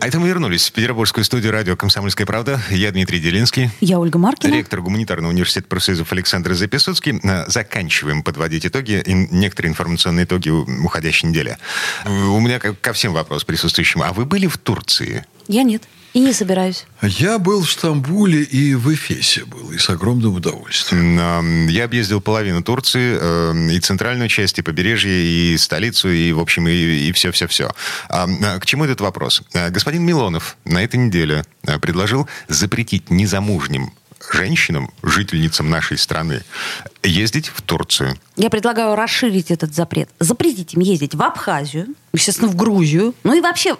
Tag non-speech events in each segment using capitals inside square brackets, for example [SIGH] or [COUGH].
А это мы вернулись в Петербургскую студию радио «Комсомольская правда». Я Дмитрий Делинский. Я Ольга Маркина. Ректор Гуманитарного университета профсоюзов Александр Записуцкий. Э, Заканчиваем подводить итоги, и некоторые информационные итоги у- уходящей недели. Э, У меня ко ко всем вопрос присутствующим. А вы были в Турции? Я нет. И не собираюсь. Я был в Стамбуле и в Эфесе был, и с огромным удовольствием. М, эм, Я объездил половину Турции, эм, и центральную часть, и побережье, и столицу, и, в общем, и все-все-все. К чему этот вопрос? Э, Господин Милонов на этой неделе э, предложил запретить незамужним женщинам, жительницам нашей страны, ездить в Турцию. Я предлагаю расширить этот запрет. Запретить им ездить в Абхазию, естественно, в Грузию, ну и вообще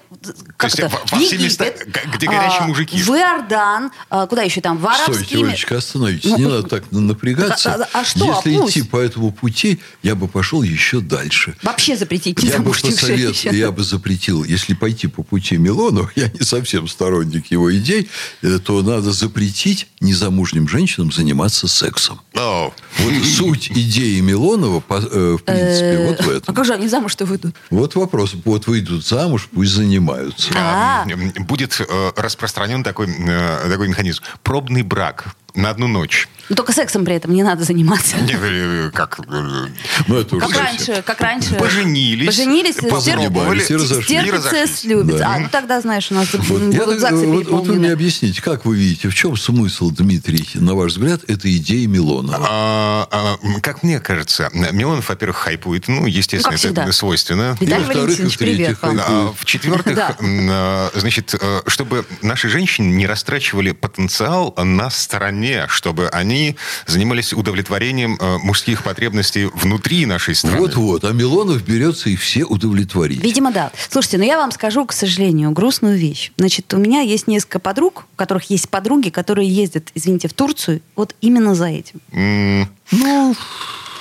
как есть это, во- в во все Египет, а, места, г- где горячие мужики. В Иордан, а, куда еще там, в Стойте, арабские... Олечка, остановитесь. Не Ну, надо так на- напрягаться. а- а- а что, Если а пусть? идти по этому пути, я бы пошел еще дальше. Вообще запретить Я бы, незамужних посовет, женщин. я бы запретил, если пойти по пути Милонова, [LAUGHS] я не совсем сторонник его идей, э, то надо запретить незамужним женщинам заниматься сексом. О, [LAUGHS] Вот суть идеи Милонова, по- э, в принципе, вот в А этом. как же они замуж-то выйдут? Вот вопрос. Вот выйдут замуж, пусть занимаются. А. Эм, Будет э, распространен такой, э, такой механизм. Пробный брак на одну ночь. Ну, только сексом при этом не надо заниматься. Не, э, Как э, Ну, это уже Как совсем. раньше, как раньше. Поженились, Поженились, позанимались и стерпится, разошлись. И разошлись. стерпится, слюбится. Да. А, ну тогда, знаешь, у нас Вот, м, я будут так- ЗАГСы вот- вот вы мне переполнены. объясните, как вы видите, в чем смысл, Дмитрий, на ваш взгляд, этой идеи Милонова? А, а, м, как мне кажется, Милонов, во-первых, хайпует, ну, естественно, Ну, как это всегда. свойственно. Виталий во-вторых, и Валентинович, привет в-третьих, вам. А, В-четвертых, Да. м, а, значит, э, чтобы наши женщины не растрачивали потенциал на стороне, чтобы они занимались удовлетворением э, мужских потребностей внутри нашей страны. Вот-вот, а Милонов берется и все удовлетворить. Видимо, да. Слушайте, ну я вам скажу, к сожалению, грустную вещь. Значит, у меня есть несколько подруг, у которых есть подруги, которые ездят, извините, в Турцию вот именно за этим. М, Ну,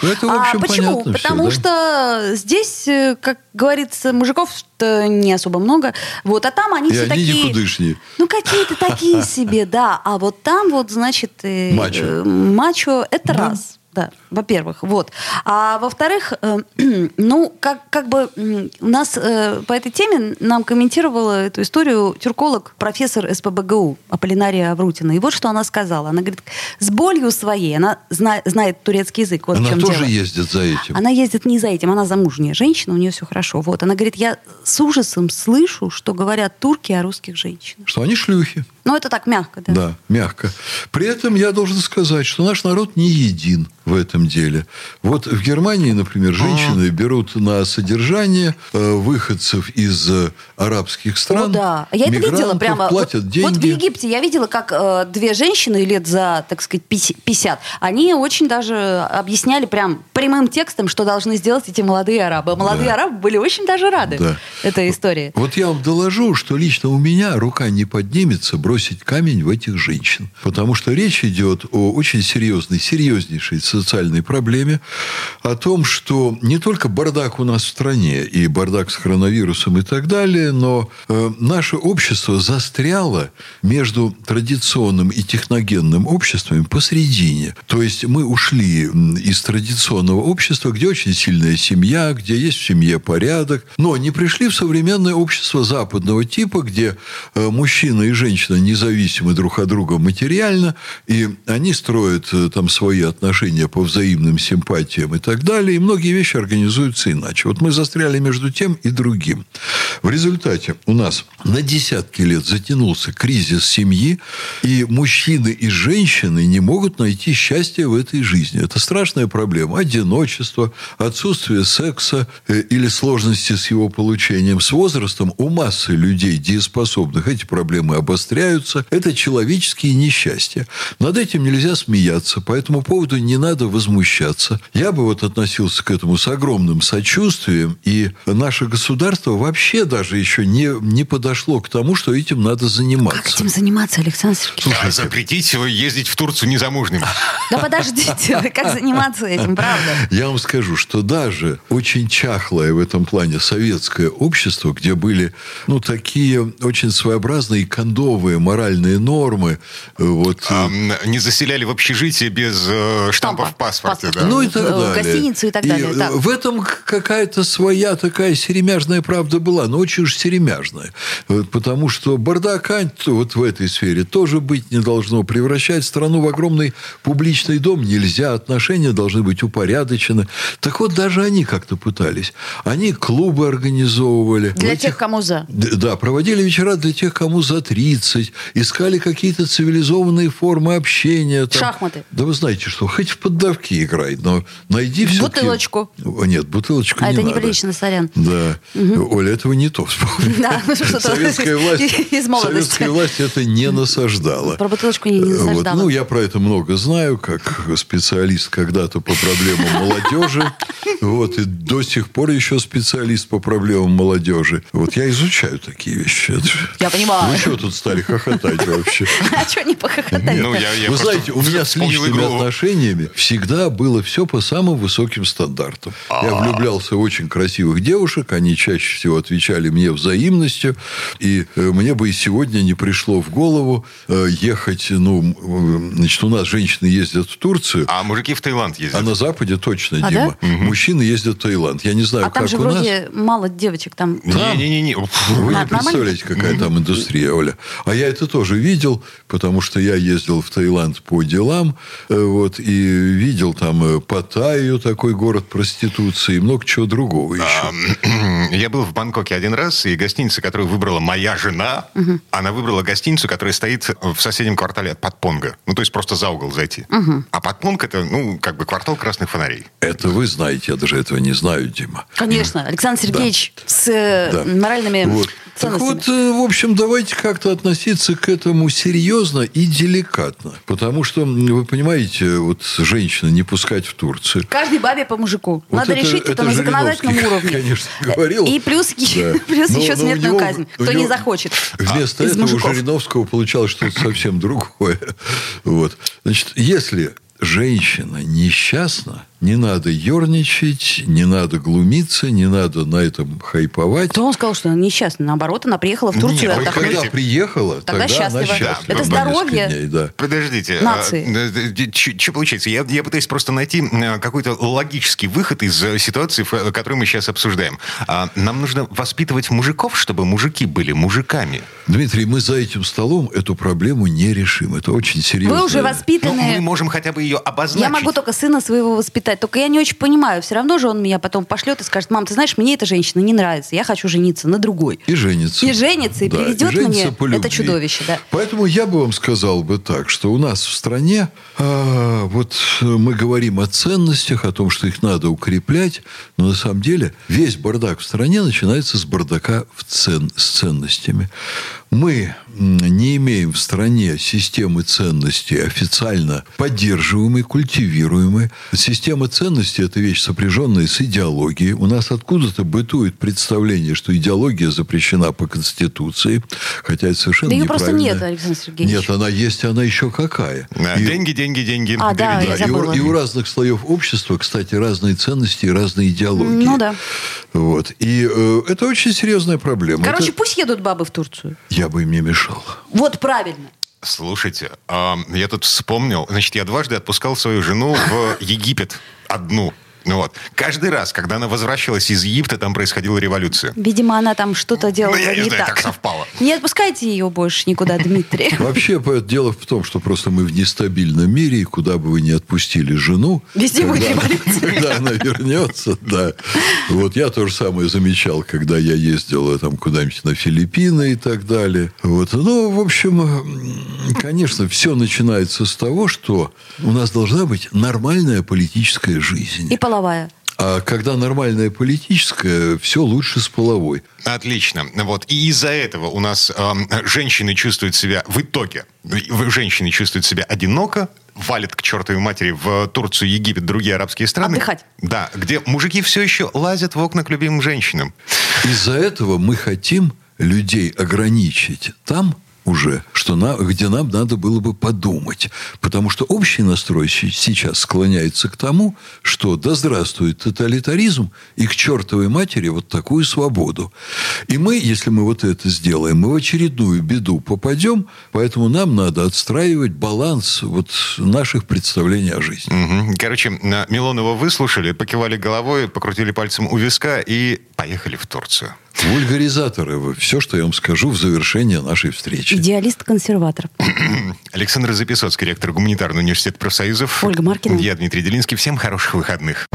это, в общем, а почему? понятно всё, Потому да? что здесь, э, как говорится, мужиков не особо много. Вот, а там они И все они такие... никудышние. Ну, какие-то [LAUGHS] такие себе, да. А вот там вот, значит... э, Мачо. э, Мачо, это раз. Да, во-первых, вот. А во-вторых, э, [CLEARS THROAT] ну, как, как бы м, у нас э, по этой теме нам комментировала эту историю тюрколог, профессор СПБГУ Аполлинария Аврутина. И вот что она сказала. Она говорит, с болью своей, она зна- знает турецкий язык. Вот в Она чем тоже дело. ездит за этим. Она ездит не за этим, она замужняя женщина, у нее все хорошо. Вот, она говорит, я с ужасом слышу, что говорят турки о русских женщинах. Что они шлюхи. Ну, это так мягко, да. Да, мягко. При этом я должен сказать, что наш народ не един в этом деле. Вот в Германии, А. например, женщины берут на содержание э, выходцев из э, арабских стран. О, да. Я это видела мигрантов, прямо. Платят вот, деньги. вот в Египте я видела, как э, две женщины лет за, так сказать, пяти- 50, они очень даже объясняли прям прямым текстом, что должны сделать эти молодые арабы. А Молодые арабы были очень даже рады Да. этой истории. Вот я вам доложу, что лично у меня рука не поднимется бросить камень в этих женщин. Потому что речь идет о очень серьезной, серьезнейшей социальной проблеме. О том, что не только бардак у нас в стране, и бардак с коронавирусом и так далее, но э, наше общество застряло между традиционным и техногенным обществом посередине. То есть мы ушли м, из традиционного общества, где очень сильная семья, где есть в семье порядок, но не пришли в современное общество западного типа, где э, мужчина и женщина независимы друг от друга материально, и они строят э, там свои отношения по взаимным симпатиям и так далее, и многие вещи организуются иначе. Вот мы застряли между тем и другим. В результате у нас на десятки лет затянулся кризис семьи, и мужчины и женщины не могут найти счастья в этой жизни. Это страшная проблема. Одиночество, отсутствие секса э, или сложности с его получением. С возрастом у массы людей дееспособных эти проблемы обостряются. Это человеческие несчастья. Над этим нельзя смеяться, по этому поводу не надо возмущаться. Я бы вот относился к этому с огромным сочувствием, и наше государство вообще даже еще не, не подошло к тому, что этим надо заниматься. Как этим заниматься, Александр Сергеевич? А запретить ездить в Турцию незамужним. Да подождите, [LAUGHS] вы как заниматься этим, правда? Я вам скажу, что даже очень чахлое в этом плане советское общество, где были, ну, такие очень своеобразные кондовые моральные нормы, э, вот... э, А, м, не заселяли в общежитие без э, штампа в паспорте. да. Ну и в, так э, далее. гостиницу и так далее, э, да. В этом к- какая-то своя такая серемяжная правда была, но очень уж серемяжная. Вот Потому что бардака т- вот в этой сфере тоже быть не должно. Превращать страну в огромный публичный дом нельзя. Отношения должны быть упорядочены. Так вот, даже они как-то пытались. Они клубы организовывали. Для В тех, кому за. Д- Да, проводили вечера для тех, кому за 30, искали какие-то цивилизованные формы общения. там. Шахматы. Да вы знаете что, хоть в поддавки играй, но найди все Бутылочку. Нет, бутылочку А не это надо. неприлично, сорян. Да. Оля, этого не то вспомнила. Да, ну что-то Советская власть, из молодости. советская власть это не насаждала. Про бутылочку не- не Вот, насаждала. Ну, я про это много знаю, как специалист когда-то по проблемам молодежи. Вот, и до сих пор еще специалист по проблемам молодежи. Вот я изучаю такие вещи. Это же- Я понимаю. Вы что тут стали хохотать вообще? [LAUGHS] А что не похохотать? Ну, я, я Вы просто знаете, у меня с вспомнил личными игру. отношениями всегда было все по самым высоким стандартам. А. Я влюблялся в очень красивых девушек, они чаще всего отвечали мне взаимностью, и э, мне бы и сегодня не пришло в голову э, ехать, ну, м, э, значит, у нас женщины ездят в Турцию, А мужики в Таиланд ездят. а на Западе точно, А, Дима, мужчины ездят в Таиланд. Я не знаю, А как там же у нас. вроде мало девочек там. Там? Не-не-не. Вы не Нормально? представляете, какая там индустрия, Оля. А я это тоже видел, потому что я ездил в Таиланд по делам, э, вот, и видел там э, Паттайю, такой город проституции, и много чего другого еще. Я был в Бангкоке один раз, и гостиница, которую выбрала моя жена, она выбрала гостиницу, которая стоит в соседнем квартале от Подпонга. Ну, то есть просто за угол зайти. А Подпонг это, ну, как бы квартал красных фонарей. Это вы знаете, я даже этого не знаю, Дима. Конечно, Александр Сергеевич с э, Да. моральными Вот. Так ценностями. вот, э, в общем, давайте как-то относиться к этому серьезно и деликатно. Потому что, м, вы понимаете, вот женщина не пускать в Турцию. Каждой бабе по мужику. Вот Надо это- решить это, это на Жириновский, законодательном [LAUGHS] уровне. конечно, говорил. И плюс, Да. [LAUGHS] плюс Но- еще но у смертную него- казнь, у кто не него- захочет. А, Вместо из этого мужиков. у Жириновского [LAUGHS] получалось что-то совсем другое. Вот. Значит, если женщина несчастна, не надо ерничать, не надо глумиться, не надо на этом хайповать. Кто он сказал, что она несчастна? Наоборот, она приехала в Турцию Нет, Вот отдохнуть? когда отдохнуть. приехала, Тогда тогда, она счастлива. счастлива. Это на здоровье. несколько дней, да. Подождите. а, Нации. Что получается? Я, я пытаюсь просто найти э, какой-то логический выход из э, ситуации, ф- э, которую мы сейчас обсуждаем. А, Нам нужно воспитывать мужиков, чтобы мужики были мужиками. Дмитрий, мы за этим столом эту проблему не решим. Это очень серьезно. Вы уже Ну, мы воспитанные. можем хотя бы ее обозначить. Я могу только сына своего воспитать. Только я не очень понимаю. Все равно же он меня потом пошлет и скажет, мам, ты знаешь, мне эта женщина не нравится. Я хочу жениться на другой. И женится. И женится, и приведет женится мне по это любви. чудовище, да. Поэтому я бы вам сказал бы так, что у нас в стране а, вот э, мы говорим о ценностях, о том, что их надо укреплять, но на самом деле весь бардак в стране начинается с бардака в цен, с ценностями. Мы м, не имеем в стране системы ценностей официально поддерживаемой, культивируемой. Система ценностей – это вещь, сопряженная с идеологией. У нас откуда-то бытует представление, что идеология запрещена по Конституции, хотя это совершенно Да ее просто неправильно. нет, Александр Сергеевич. Нет, она есть, она еще какая. Да, И- Деньги, деньги, деньги. А, да, да, я и, у, забыла. и у разных слоев общества, кстати, разные ценности и разные идеологии. Ну да. Вот. И э, это очень серьезная проблема. Короче, Это- пусть едут бабы в Турцию. Я бы им не мешал. Вот правильно. Слушайте, а, я тут вспомнил. Значит, я дважды отпускал свою жену в Египет одну. Ну вот. Каждый раз, когда она возвращалась из Египта, там происходила революция. Видимо, она там что-то делала Ну, я не не знаю, так. так совпало. Не отпускайте ее больше никуда, Дмитрий. Вообще, по- дело в том, что просто мы в нестабильном мире, и куда бы вы ни отпустили жену... Везде когда- будет революция. [LAUGHS] Когда она вернется, да. Вот я то же самое замечал, когда я ездил э, там куда-нибудь на Филиппины и так далее. Вот. Ну, в общем, м, конечно, все начинается с того, что у нас должна быть нормальная политическая жизнь. И половая. А когда нормальная политическая, все лучше с половой. Отлично. Вот. И из-за этого у нас эм, женщины чувствуют себя в итоге. в- Женщины чувствуют себя одиноко, валят к чертовой матери в Турцию, Египет, другие арабские страны. Отдыхать. Да, где мужики все еще лазят в окна к любимым женщинам. Из-за этого мы хотим людей ограничить там уже, что на, где нам надо было бы подумать. Потому что общий настрой щи- сейчас склоняется к тому, что да здравствует тоталитаризм и к чертовой матери вот такую свободу. И мы, если мы вот это сделаем, мы в очередную беду попадем, поэтому нам надо отстраивать баланс вот наших представлений о жизни. Мгм. Короче, на- Милонова выслушали, покивали головой, покрутили пальцем у виска и поехали в Турцию. Вульгаризаторы, все, что я вам скажу в завершение нашей встречи. Идеалист-консерватор. Александр Записоцкий, ректор Гуманитарного университета профсоюзов. Ольга Маркина. Я Дмитрий Делинский. Всем хороших выходных.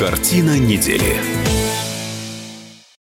Картина недели.